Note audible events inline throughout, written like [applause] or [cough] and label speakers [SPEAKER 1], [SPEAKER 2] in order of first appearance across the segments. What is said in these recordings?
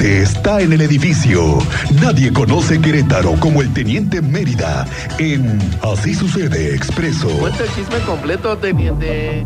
[SPEAKER 1] está en el edificio. Nadie conoce Querétaro como el Teniente Mérida en Así Sucede Expreso.
[SPEAKER 2] Cuenta el chisme completo, teniente.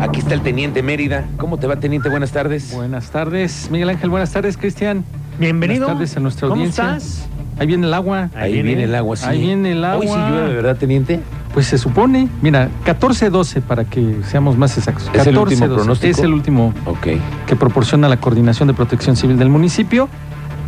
[SPEAKER 3] Aquí está el Teniente Mérida. ¿Cómo te va, Teniente? Buenas tardes.
[SPEAKER 4] Buenas tardes, Miguel Ángel. Buenas tardes, Cristian.
[SPEAKER 5] Bienvenido.
[SPEAKER 4] Buenas tardes a nuestra
[SPEAKER 5] ¿Cómo
[SPEAKER 4] audiencia.
[SPEAKER 5] estás?
[SPEAKER 4] Ahí viene el agua.
[SPEAKER 3] Ahí, viene, el agua, sí.
[SPEAKER 4] Ahí viene el
[SPEAKER 3] Hoy sí
[SPEAKER 4] agua.
[SPEAKER 3] llueve, ¿verdad, Teniente?
[SPEAKER 4] Pues se supone, mira, 14-12 para que seamos más exactos.
[SPEAKER 3] ¿Es el
[SPEAKER 4] 14-12.
[SPEAKER 3] último pronóstico?
[SPEAKER 4] Es el último
[SPEAKER 3] Ok.
[SPEAKER 4] que proporciona la Coordinación de Protección Civil del municipio.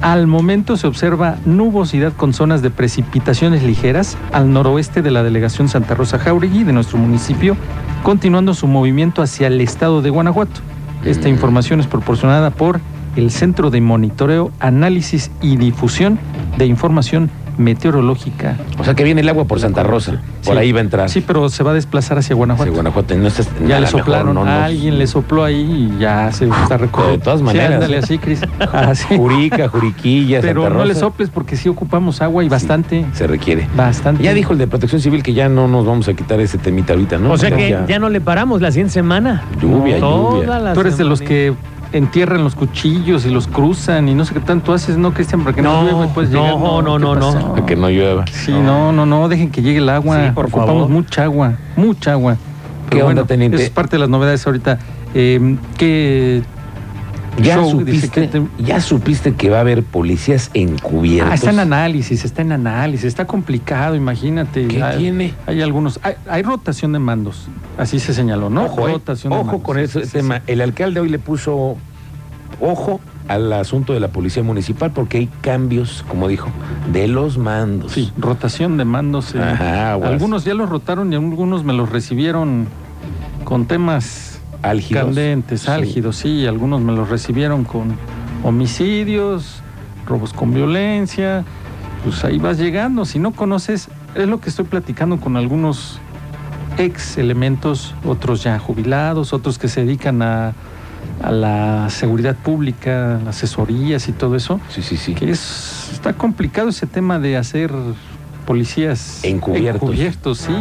[SPEAKER 4] Al momento se observa nubosidad con zonas de precipitaciones ligeras al noroeste de la delegación Santa Rosa Jauregui de nuestro municipio, continuando su movimiento hacia el estado de Guanajuato. Esta
[SPEAKER 3] Mm.
[SPEAKER 4] información es proporcionada por el Centro de Monitoreo, Análisis y Difusión de Información Meteorológica.
[SPEAKER 3] O sea que viene el agua por Santa Rosa. Por
[SPEAKER 4] Sí.
[SPEAKER 3] ahí va a entrar.
[SPEAKER 4] Sí, pero se va a desplazar hacia Guanajuato.
[SPEAKER 3] Sí, Guanajuato. No estás- a
[SPEAKER 4] Ya
[SPEAKER 3] lo
[SPEAKER 4] le
[SPEAKER 3] mejor
[SPEAKER 4] soplaron,
[SPEAKER 3] no nos-
[SPEAKER 4] alguien le sopló ahí y ya se está recorriendo.
[SPEAKER 3] De todas maneras. ¿eh?
[SPEAKER 4] Sí, ándale
[SPEAKER 3] [laughs]
[SPEAKER 4] así, Cris. Así.
[SPEAKER 3] Jurica, Juriquilla,
[SPEAKER 4] Pero
[SPEAKER 3] Santa
[SPEAKER 4] no le
[SPEAKER 3] Rosa.
[SPEAKER 4] soples porque sí ocupamos agua y bastante.
[SPEAKER 3] Se requiere.
[SPEAKER 4] Bastante.
[SPEAKER 3] Ya dijo el de Protección Civil que ya no nos vamos a quitar ese temita ahorita, ¿no?
[SPEAKER 5] o sea que
[SPEAKER 3] ya,
[SPEAKER 5] ya no le paramos la siguiente semana.
[SPEAKER 3] Lluvia, lluvia.
[SPEAKER 5] la
[SPEAKER 4] Tú eres de los
[SPEAKER 5] semana.
[SPEAKER 4] que entierran los cuchillos y los cruzan y no sé qué tanto haces, ¿no, Cristian? Para que no,
[SPEAKER 5] No,
[SPEAKER 4] llueva y puedes
[SPEAKER 5] no,
[SPEAKER 4] llegar.
[SPEAKER 5] no,
[SPEAKER 4] ¿qué
[SPEAKER 5] no, no.
[SPEAKER 4] pasó?
[SPEAKER 3] A que no llueva.
[SPEAKER 4] Sí, no, no, no, dejen que llegue el agua.
[SPEAKER 5] Sí, por
[SPEAKER 4] Ocupamos
[SPEAKER 5] favor.
[SPEAKER 4] mucha agua, mucha agua.
[SPEAKER 3] ¿Qué onda, teniente?
[SPEAKER 4] eso es parte de las novedades ahorita. Eh, ¿Qué
[SPEAKER 3] Ya
[SPEAKER 4] show? Dice
[SPEAKER 3] supiste,
[SPEAKER 4] que te-
[SPEAKER 3] ya supiste que va a haber policías encubiertos.
[SPEAKER 4] Ah, está en análisis, está en análisis, está complicado, imagínate.
[SPEAKER 3] ¿Qué
[SPEAKER 4] hay,
[SPEAKER 3] tiene?
[SPEAKER 4] Hay algunos, hay, hay rotación de mandos, así se señaló, ¿no?
[SPEAKER 3] Ojo, eh.
[SPEAKER 4] rotación de
[SPEAKER 3] ojo
[SPEAKER 4] mandos,
[SPEAKER 3] con
[SPEAKER 4] sí,
[SPEAKER 3] ese
[SPEAKER 4] sí, sí.
[SPEAKER 3] tema. El alcalde hoy le puso ojo al asunto de la policía municipal porque hay cambios, como dijo, de los mandos.
[SPEAKER 4] Sí, rotación de mandos. eh.
[SPEAKER 3] Ajá, aguas.
[SPEAKER 4] algunos ya los rotaron y algunos me los recibieron con temas
[SPEAKER 3] Álgidos.
[SPEAKER 4] candentes,
[SPEAKER 3] Sí.
[SPEAKER 4] álgidos, sí. Algunos me los recibieron con homicidios, robos con violencia. Pues ahí vas llegando. Si no conoces, es lo que estoy platicando con algunos ex elementos, otros ya jubilados, otros que se dedican a, a la seguridad pública, asesorías y todo eso
[SPEAKER 3] Sí, sí, sí.
[SPEAKER 4] que es, está complicado ese tema de hacer policías
[SPEAKER 3] Encubiertos.
[SPEAKER 4] encubiertos, sí.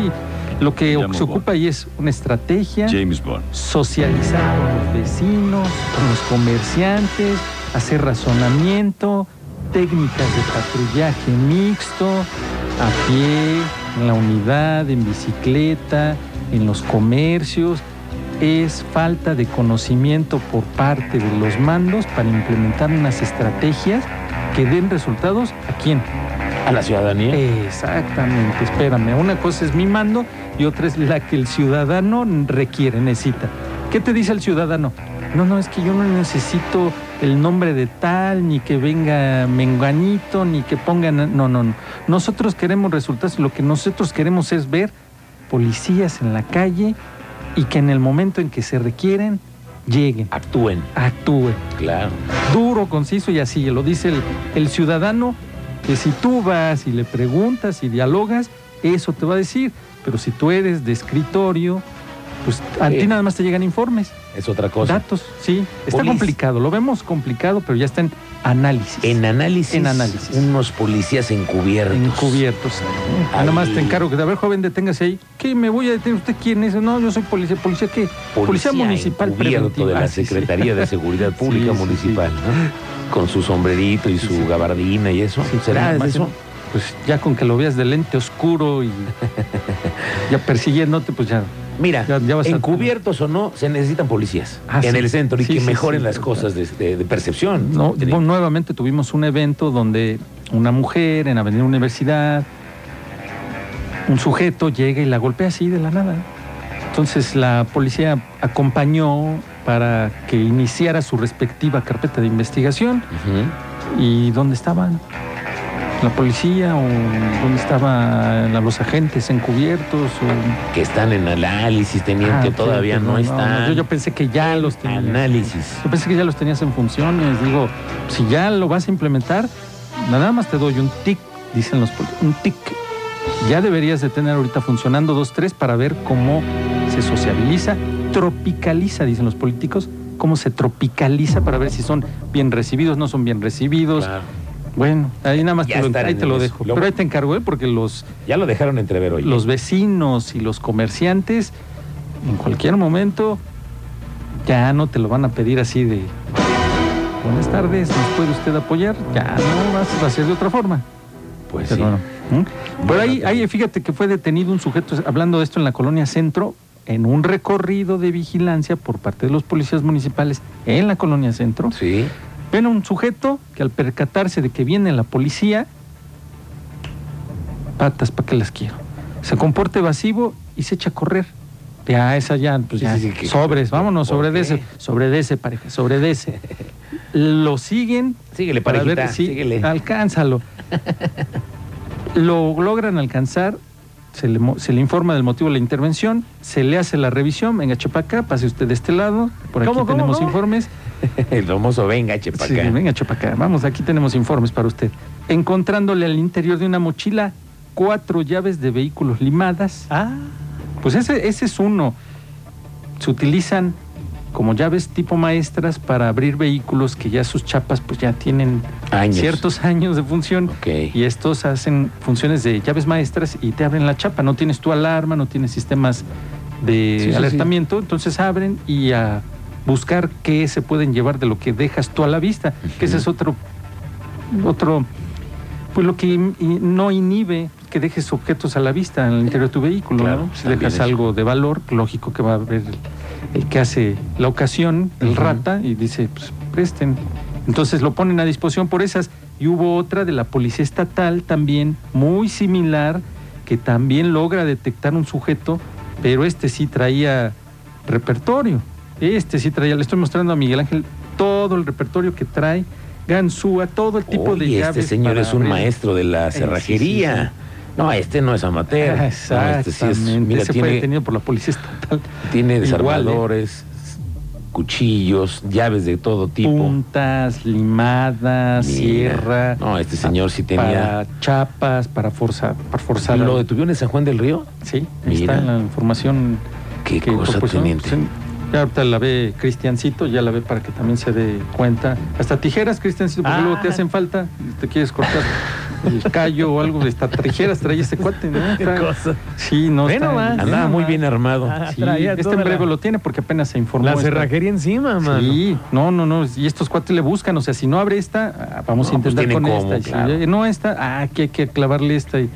[SPEAKER 4] Lo que
[SPEAKER 6] Llamo
[SPEAKER 4] se ocupa ahí es una estrategia,
[SPEAKER 6] James Bond.
[SPEAKER 4] socializar con los vecinos, con los comerciantes, hacer razonamiento, técnicas de patrullaje mixto, a pie, en la unidad, en bicicleta, en los comercios. Es falta de conocimiento por parte de los mandos para implementar unas estrategias que den resultados a quién,
[SPEAKER 3] A la ciudadanía.
[SPEAKER 4] Eh. Exactamente, espérame. Una cosa es mi mando y otra es la que el ciudadano requiere, necesita. ¿Qué te dice el ciudadano? No, no, es que yo no necesito el nombre de tal, ni que venga menganito, ni que pongan... No, no, no. Nosotros queremos resultados, lo que nosotros queremos es ver policías en la calle y que en el momento en que se requieren, lleguen,
[SPEAKER 3] Actúen.
[SPEAKER 4] actúen
[SPEAKER 3] Claro.
[SPEAKER 4] duro, conciso y así, lo dice el, el ciudadano, que si tú vas y le preguntas y dialogas, eso te va a decir, pero si tú eres de escritorio, pues a ti
[SPEAKER 3] Sí.
[SPEAKER 4] nada más te llegan informes,
[SPEAKER 3] Es otra cosa.
[SPEAKER 4] datos, sí, está
[SPEAKER 3] Polis.
[SPEAKER 4] complicado, lo vemos complicado, pero ya está en análisis.
[SPEAKER 3] En análisis,
[SPEAKER 4] En análisis.
[SPEAKER 3] unos policías encubiertos.
[SPEAKER 4] Encubiertos. Nada más
[SPEAKER 3] Ahí.
[SPEAKER 4] te encargo que de a ver, joven, deténgase ahí. ¿Qué me voy a detener? ¿Usted quién es? No, yo soy policía. ¿Policía qué?
[SPEAKER 3] Policía,
[SPEAKER 4] municipal
[SPEAKER 3] encubierto
[SPEAKER 4] preventiva.
[SPEAKER 3] de la
[SPEAKER 4] Ah, sí, sí.
[SPEAKER 3] Secretaría
[SPEAKER 4] [laughs]
[SPEAKER 3] de Seguridad Pública
[SPEAKER 4] Sí, sí,
[SPEAKER 3] Municipal, ¿no? Con su sombrerito y
[SPEAKER 4] Sí,
[SPEAKER 3] su
[SPEAKER 4] sí.
[SPEAKER 3] gabardina y eso.
[SPEAKER 4] Sí,
[SPEAKER 3] ¿Será
[SPEAKER 4] pero
[SPEAKER 3] Ah, es
[SPEAKER 4] más
[SPEAKER 3] eso?
[SPEAKER 4] en- Pues ya con que lo veas de lente oscuro y ya persiguiéndote, pues ya.
[SPEAKER 3] Mira,
[SPEAKER 4] Ya- ya vas a-
[SPEAKER 3] encubiertos o no, se necesitan policías
[SPEAKER 4] Ah,
[SPEAKER 3] en
[SPEAKER 4] sí.
[SPEAKER 3] el centro y
[SPEAKER 4] Sí,
[SPEAKER 3] que
[SPEAKER 4] sí,
[SPEAKER 3] mejoren
[SPEAKER 4] sí,
[SPEAKER 3] las
[SPEAKER 4] sí.
[SPEAKER 3] cosas de, de- de percepción.
[SPEAKER 4] No,
[SPEAKER 3] Teniente.
[SPEAKER 4] bueno, nuevamente tuvimos un evento donde una mujer en Avenida Universidad, un sujeto llega y la golpea así de la nada. Entonces la policía acompañó para que iniciara su respectiva carpeta de investigación.
[SPEAKER 3] Ujú.
[SPEAKER 4] ¿Y dónde estaban? ¿La policía o dónde estaban los agentes encubiertos? O...
[SPEAKER 3] Que están en análisis,
[SPEAKER 4] Ah,
[SPEAKER 3] teniente,
[SPEAKER 4] ok,
[SPEAKER 3] todavía
[SPEAKER 4] ok,
[SPEAKER 3] no,
[SPEAKER 4] no,
[SPEAKER 3] están.
[SPEAKER 4] yo, yo pensé que ya los tenías.
[SPEAKER 3] Análisis.
[SPEAKER 4] Yo pensé que ya los tenías en funciones. Digo, si ya lo vas a implementar, nada más te doy un tic, dicen los políticos, un tic. Ya deberías de tener ahorita funcionando dos, tres para ver cómo se sociabiliza, tropicaliza, dicen los políticos, cómo se tropicaliza para ver si son bien recibidos, no son bien recibidos.
[SPEAKER 3] Claro.
[SPEAKER 4] Bueno, ahí nada más
[SPEAKER 3] Ya
[SPEAKER 4] te lo,
[SPEAKER 3] estarán
[SPEAKER 4] ahí te lo
[SPEAKER 3] en eso.
[SPEAKER 4] dejo.
[SPEAKER 3] Lo-
[SPEAKER 4] Pero ahí te encargo, ¿eh? porque los
[SPEAKER 3] Ya lo dejaron entrever hoy.
[SPEAKER 4] los vecinos y los comerciantes en cualquier momento ya no te lo van a pedir así de buenas tardes, ¿nos puede usted apoyar? Ya no va a- va a ser de otra forma.
[SPEAKER 3] Pues sí.
[SPEAKER 4] Pero bueno, ¿m? Pero ahí, ahí fíjate que fue detenido un sujeto, hablando de esto en la colonia Centro, en un recorrido de vigilancia por parte de los policías municipales en la colonia Centro.
[SPEAKER 3] Sí.
[SPEAKER 4] Ven a un sujeto que al percatarse de que viene la policía, patas, ¿para qué las quiero? Se comporta evasivo y se echa a correr. Ya, esa ya, pues
[SPEAKER 3] Sí,
[SPEAKER 4] ya,
[SPEAKER 3] sí, sí, que-
[SPEAKER 4] sobres, vámonos,
[SPEAKER 3] ¿por
[SPEAKER 4] sobre
[SPEAKER 3] qué?
[SPEAKER 4] de ese, sobre de ese, pareja, sobre de ese. Lo siguen
[SPEAKER 3] Síguele,
[SPEAKER 4] para
[SPEAKER 3] parejita.
[SPEAKER 4] ver si
[SPEAKER 3] síguele.
[SPEAKER 4] alcánzalo. Lo logran alcanzar, se le, mo- se le informa del motivo de la intervención, se le hace la revisión, venga Chapacá, pase usted de este lado, por aquí
[SPEAKER 5] ¿Cómo, cómo,
[SPEAKER 4] tenemos
[SPEAKER 5] cómo?
[SPEAKER 4] informes.
[SPEAKER 3] [laughs] El famoso venga, chepa
[SPEAKER 4] Sí, venga Chapacá, vamos, aquí tenemos informes para usted. Encontrándole al interior de una mochila cuatro llaves de vehículos limadas.
[SPEAKER 5] Ah,
[SPEAKER 4] Pues ese, ese es uno. Se utilizan como llaves tipo maestras para abrir vehículos que ya sus chapas pues ya tienen
[SPEAKER 3] Años.
[SPEAKER 4] ciertos años de función.
[SPEAKER 3] Ok.
[SPEAKER 4] Y estos hacen funciones de llaves maestras y te abren la chapa. No tienes tu alarma, no tienes sistemas de
[SPEAKER 3] Sí, sí, sí.
[SPEAKER 4] alertamiento. Entonces abren y a buscar qué se pueden llevar de lo que dejas tú a la vista. Que ese es otro, otro, pues lo que in- in- no inhibe que dejes objetos a la vista en el interior de tu vehículo.
[SPEAKER 3] Claro,
[SPEAKER 4] ¿no? Si
[SPEAKER 3] también
[SPEAKER 4] dejas
[SPEAKER 3] eso.
[SPEAKER 4] algo de valor, lógico que va a haber el, el que hace la ocasión, el
[SPEAKER 3] Ujú.
[SPEAKER 4] rata, y dice, pues presten. Entonces lo ponen a disposición por esas. Y hubo otra de la Policía Estatal también, muy similar, que también logra detectar un sujeto, pero este sí traía repertorio. Este sí traía, le estoy mostrando a Miguel Ángel todo el repertorio que trae Ganzúa, todo el tipo de
[SPEAKER 3] Oye,
[SPEAKER 4] llaves.
[SPEAKER 3] este señor
[SPEAKER 4] para
[SPEAKER 3] es un
[SPEAKER 4] abrir. [laughs]
[SPEAKER 3] maestro de la
[SPEAKER 4] sí,
[SPEAKER 3] cerrajería. No, este no es amateur. No, este sí es.
[SPEAKER 4] Exactamente,
[SPEAKER 3] Mira,
[SPEAKER 4] ese fue
[SPEAKER 3] tiene,
[SPEAKER 4] detenido por la policía estatal.
[SPEAKER 3] tiene
[SPEAKER 4] Igual, ¿eh?
[SPEAKER 3] desarmadores, cuchillos, llaves de todo tipo.
[SPEAKER 4] Puntas, limadas,
[SPEAKER 3] Mira.
[SPEAKER 4] sierra.
[SPEAKER 3] No, este señor sí tenía.
[SPEAKER 4] Para chapas, para forzar. Para forzar
[SPEAKER 3] ¿Lo
[SPEAKER 4] al-
[SPEAKER 3] detuvieron en San Juan del Río?
[SPEAKER 4] Sí,
[SPEAKER 3] Mira.
[SPEAKER 4] está en la información
[SPEAKER 3] Qué
[SPEAKER 4] que
[SPEAKER 3] cosa,
[SPEAKER 4] proporcionamos.
[SPEAKER 3] teniente.
[SPEAKER 4] Sí, Ya ahorita la ve Cristiancito, ya la ve para que también se dé cuenta. Hasta tijeras, Cristiancito, porque
[SPEAKER 5] Ah.
[SPEAKER 4] luego te hacen falta. Te quieres cortar el callo o algo. Hasta tijeras trae este cuate, ¿no?
[SPEAKER 5] qué
[SPEAKER 4] Está-
[SPEAKER 5] cosa.
[SPEAKER 4] Sí, no
[SPEAKER 5] Ve
[SPEAKER 4] está.
[SPEAKER 5] nomás.
[SPEAKER 4] Ah, sí,
[SPEAKER 3] Andaba
[SPEAKER 5] no,
[SPEAKER 3] muy
[SPEAKER 5] ma.
[SPEAKER 3] bien armado.
[SPEAKER 5] Ah,
[SPEAKER 4] Sí,
[SPEAKER 5] traía
[SPEAKER 4] este
[SPEAKER 5] toda
[SPEAKER 4] en breve
[SPEAKER 5] la-
[SPEAKER 4] lo tiene porque apenas se informó.
[SPEAKER 5] la
[SPEAKER 4] esta-
[SPEAKER 5] cerrajería encima, Ah, mano.
[SPEAKER 4] Sí, no, no, no. Y estos cuates le buscan. O sea, si no abre esta, ah, vamos
[SPEAKER 3] No,
[SPEAKER 4] a intentar
[SPEAKER 3] pues
[SPEAKER 4] con
[SPEAKER 3] tiene cómo,
[SPEAKER 4] esta. Y si
[SPEAKER 3] claro.
[SPEAKER 4] ya- no esta, ah, aquí hay que clavarle esta. Y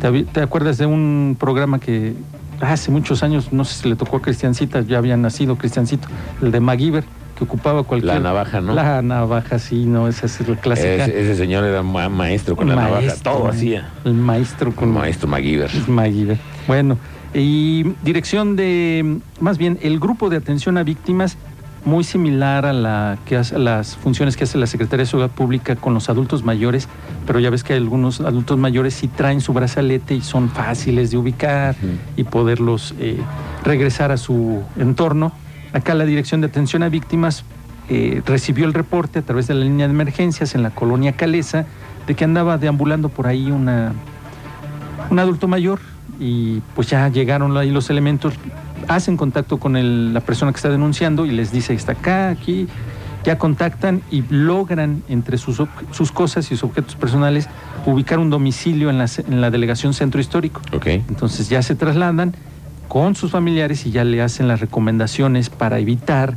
[SPEAKER 4] te, avi- te acuerdas de un programa que hace muchos años, no sé si le tocó a Cristiancita, ya había nacido Cristiancito, el de MacGyver, que ocupaba cualquier.
[SPEAKER 3] La navaja, ¿no?
[SPEAKER 4] La navaja, sí, no, esa es la clásica.
[SPEAKER 3] Ese, ese señor era ma- maestro con la navaja.
[SPEAKER 4] Maestro,
[SPEAKER 3] Todo hacía.
[SPEAKER 4] El maestro con
[SPEAKER 3] Un maestro MacGyver.
[SPEAKER 4] es MacGyver. Bueno, y dirección de, más bien, el grupo de atención a víctimas, muy similar a la que hace- a las funciones que hace la Secretaría de Seguridad Pública con los adultos mayores, pero ya ves que algunos adultos mayores sí traen su brazalete y son fáciles de ubicar
[SPEAKER 3] Ujú.
[SPEAKER 4] y poderlos eh, regresar a su entorno. Acá la Dirección de Atención a Víctimas eh, recibió el reporte a través de la línea de emergencias en la colonia Calesa de que andaba deambulando por ahí una, un adulto mayor y pues ya llegaron ahí los elementos, hacen contacto con el- la persona que está denunciando y les dice, está acá, aquí, ya contactan y logran entre sus, ob- sus cosas y sus objetos personales ubicar un domicilio en la, ce- en la delegación centro histórico.
[SPEAKER 3] Ok.
[SPEAKER 4] Entonces ya se trasladan con sus familiares y ya le hacen las recomendaciones para evitar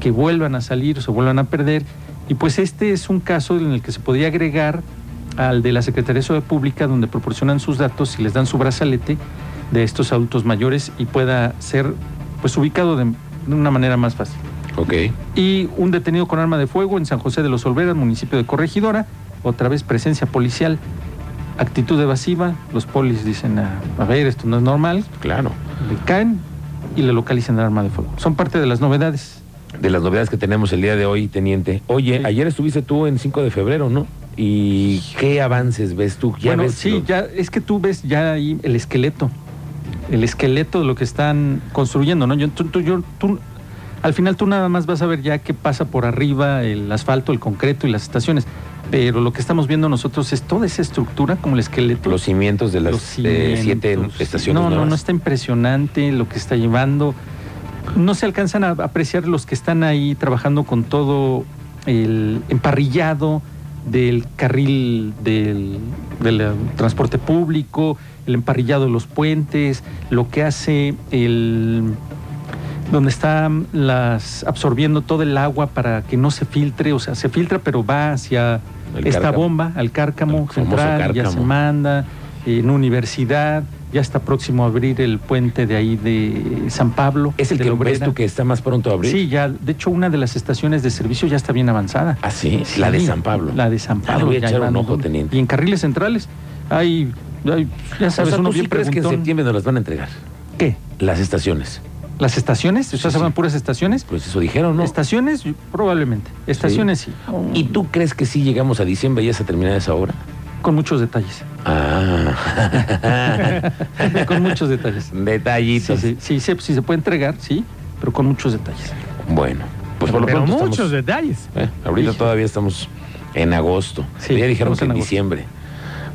[SPEAKER 4] que vuelvan a salir o se vuelvan a perder. Y pues este es un caso en el que se podría agregar al de la Secretaría de Seguridad Pública, donde proporcionan sus datos y les dan su brazalete de estos adultos mayores y pueda ser pues ubicado de- de una manera más fácil
[SPEAKER 3] Ok.
[SPEAKER 4] y un detenido con arma de fuego en San José de los Olveras, municipio de Corregidora. Otra vez presencia policial, actitud evasiva. Los polis dicen, "Ah, a ver, esto no es normal.
[SPEAKER 3] Claro.
[SPEAKER 4] Le caen y le localizan el arma de fuego. Son parte de las novedades.
[SPEAKER 3] De las novedades que tenemos el día de hoy, teniente. Oye,
[SPEAKER 4] Sí.
[SPEAKER 3] ayer estuviste tú en 5 de febrero, ¿no? ¿Y qué avances ves tú?
[SPEAKER 4] bueno,
[SPEAKER 3] ves
[SPEAKER 4] sí,
[SPEAKER 3] lo-
[SPEAKER 4] ya es que tú ves ya ahí el esqueleto, el esqueleto de lo que están construyendo, ¿no? Yo, tú, tú- yo- tú- al final tú nada más vas a ver ya qué pasa por arriba, el asfalto, el concreto y las estaciones. Pero lo que estamos viendo nosotros es toda esa estructura como el esqueleto.
[SPEAKER 3] los cimientos de las
[SPEAKER 4] Los
[SPEAKER 3] eh, siete
[SPEAKER 4] cimientos.
[SPEAKER 3] estaciones
[SPEAKER 4] No, no,
[SPEAKER 3] nuevas.
[SPEAKER 4] no está impresionante lo que está llevando. No se alcanzan a apreciar los que están ahí trabajando con todo el emparrillado del carril del, del, eh, transporte público, el emparrillado de los puentes, lo que hace el donde están las absorbiendo todo el agua para que no se filtre, o sea, se filtra pero va hacia
[SPEAKER 3] El
[SPEAKER 4] esta
[SPEAKER 3] cárcamo.
[SPEAKER 4] bomba, al cárcamo
[SPEAKER 3] El famoso
[SPEAKER 4] central, ya se
[SPEAKER 3] cárcamo.
[SPEAKER 4] manda en universidad, ya está próximo a abrir el puente de ahí de San Pablo.
[SPEAKER 3] ¿Es el
[SPEAKER 4] de
[SPEAKER 3] que
[SPEAKER 4] la
[SPEAKER 3] ves
[SPEAKER 4] Obrera.
[SPEAKER 3] tú que está más pronto a abrir?
[SPEAKER 4] Sí, ya, de hecho una de las estaciones de servicio ya está bien avanzada.
[SPEAKER 3] Ah, sí, la de
[SPEAKER 4] Sí,
[SPEAKER 3] San Pablo.
[SPEAKER 4] La de San
[SPEAKER 3] Ah, le
[SPEAKER 4] Pablo.
[SPEAKER 3] voy a
[SPEAKER 4] ya
[SPEAKER 3] echar
[SPEAKER 4] van
[SPEAKER 3] un
[SPEAKER 4] un
[SPEAKER 3] ojo,
[SPEAKER 4] montón.
[SPEAKER 3] teniente.
[SPEAKER 4] Y en carriles centrales hay, hay- ya
[SPEAKER 3] O
[SPEAKER 4] sabes,
[SPEAKER 3] sea,
[SPEAKER 4] uno
[SPEAKER 3] ¿tú sí
[SPEAKER 4] bien
[SPEAKER 3] crees que en
[SPEAKER 4] preguntón.
[SPEAKER 3] septiembre nos las van a entregar?
[SPEAKER 4] ¿Qué?
[SPEAKER 3] Las estaciones.
[SPEAKER 4] ¿Las estaciones? ¿Ustedes
[SPEAKER 3] sí.
[SPEAKER 4] hablan puras estaciones?
[SPEAKER 3] Pues eso dijeron, ¿no?
[SPEAKER 4] Estaciones, probablemente. Estaciones sí.
[SPEAKER 3] ¿Y tú crees que sí llegamos a diciembre y ya se termina esa obra?
[SPEAKER 4] Con muchos detalles.
[SPEAKER 3] Ah.
[SPEAKER 4] [laughs] con
[SPEAKER 3] [laughs]
[SPEAKER 4] muchos detalles. Sí,
[SPEAKER 3] Detallitos.
[SPEAKER 4] sí, sí, sí, sí, se puede entregar, sí, pero con muchos detalles.
[SPEAKER 3] Bueno, pues por lo
[SPEAKER 5] Pero
[SPEAKER 3] pronto
[SPEAKER 5] muchos
[SPEAKER 3] estamos-
[SPEAKER 5] detalles.
[SPEAKER 3] Eh, ahorita
[SPEAKER 4] Sí.
[SPEAKER 3] todavía estamos en agosto.
[SPEAKER 4] Sí,
[SPEAKER 3] ya dijeron
[SPEAKER 4] estamos
[SPEAKER 3] que en
[SPEAKER 4] en agosto.
[SPEAKER 3] diciembre.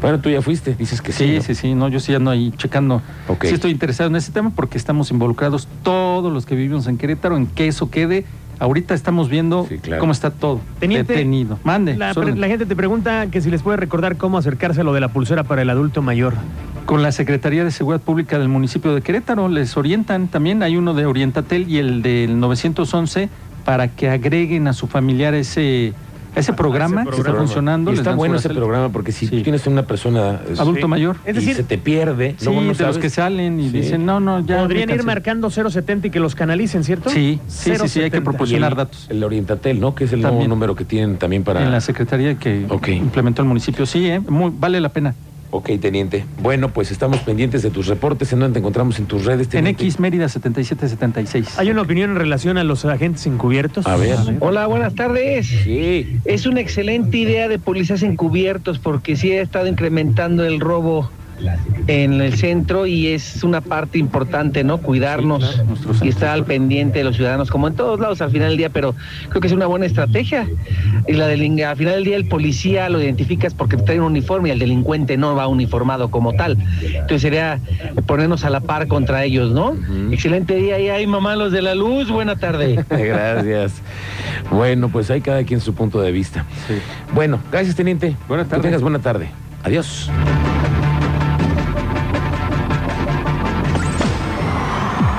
[SPEAKER 3] Bueno, tú ya fuiste, dices que sí.
[SPEAKER 4] Sí,
[SPEAKER 3] ¿no?
[SPEAKER 4] sí, sí, no, yo sí ando ahí checando.
[SPEAKER 3] Ok.
[SPEAKER 4] Sí estoy interesado en ese tema porque estamos involucrados todos los que vivimos en Querétaro en que eso quede. Ahorita estamos viendo
[SPEAKER 3] Sí, claro.
[SPEAKER 4] cómo está todo.
[SPEAKER 5] Teniente,
[SPEAKER 4] detenido. Mande.
[SPEAKER 5] La,
[SPEAKER 4] su orden.
[SPEAKER 5] la gente te pregunta que si les puede recordar cómo acercarse a lo de la pulsera para el adulto mayor.
[SPEAKER 4] Con la Secretaría de Seguridad Pública del municipio de Querétaro les orientan también, hay uno de Orientatel y el del 911 para que agreguen a su familiar ese, ese programa, que está
[SPEAKER 5] programa.
[SPEAKER 4] funcionando.
[SPEAKER 3] Y
[SPEAKER 4] les
[SPEAKER 3] está
[SPEAKER 4] dan su
[SPEAKER 3] bueno ese
[SPEAKER 4] brazo.
[SPEAKER 3] programa porque si
[SPEAKER 4] Sí.
[SPEAKER 3] tú tienes una persona es-
[SPEAKER 4] Adulto
[SPEAKER 5] Sí.
[SPEAKER 4] mayor.
[SPEAKER 5] Es
[SPEAKER 3] y
[SPEAKER 5] decir,
[SPEAKER 3] se te pierde,
[SPEAKER 4] Sí,
[SPEAKER 3] luego no
[SPEAKER 4] de los
[SPEAKER 3] sabes.
[SPEAKER 4] que salen y
[SPEAKER 3] Sí.
[SPEAKER 4] dicen, no, no, ya.
[SPEAKER 5] Podrían
[SPEAKER 4] me
[SPEAKER 5] ir
[SPEAKER 4] cansé".
[SPEAKER 5] marcando 070 y que los canalicen, ¿cierto?
[SPEAKER 4] Sí, sí, sí, sí, hay que
[SPEAKER 5] 070.
[SPEAKER 3] Y el,
[SPEAKER 4] proporcionar datos.
[SPEAKER 3] el Orientatel, ¿no? Que es el nuevo
[SPEAKER 4] También.
[SPEAKER 3] número que tienen también para...
[SPEAKER 4] En la Secretaría que
[SPEAKER 3] Ok.
[SPEAKER 4] implementó el municipio. Sí, eh, muy- vale la pena.
[SPEAKER 3] Ok, teniente. Bueno, pues estamos pendientes de tus reportes. ¿En dónde te encontramos? En tus redes,
[SPEAKER 4] En
[SPEAKER 3] teniente.
[SPEAKER 4] X Mérida 7776.
[SPEAKER 5] Hay una opinión en relación a los agentes encubiertos.
[SPEAKER 3] A ver.
[SPEAKER 6] Hola, buenas tardes.
[SPEAKER 3] Sí. [laughs]
[SPEAKER 6] Es una excelente idea de policías encubiertos porque sí ha estado incrementando el robo en el centro y es una parte importante, ¿no?
[SPEAKER 4] Sí,
[SPEAKER 6] Cuidarnos
[SPEAKER 4] claro, nuestro centro.
[SPEAKER 6] y estar al pendiente de los ciudadanos, como en todos lados al final del día, pero creo que es una buena estrategia. Y la del, al final del día el policía lo identificas porque trae un uniforme y el delincuente no va uniformado como tal. Entonces sería ponernos a la par contra ellos, ¿no?
[SPEAKER 3] Ujú.
[SPEAKER 6] Excelente día y ahí, mamá, los de la luz, buena tarde.
[SPEAKER 3] Gracias. Bueno, pues hay cada quien su punto de vista.
[SPEAKER 4] Sí.
[SPEAKER 3] Bueno, gracias, teniente.
[SPEAKER 4] Buena
[SPEAKER 3] Que
[SPEAKER 4] tarde.
[SPEAKER 3] tengas buena tarde. Adiós.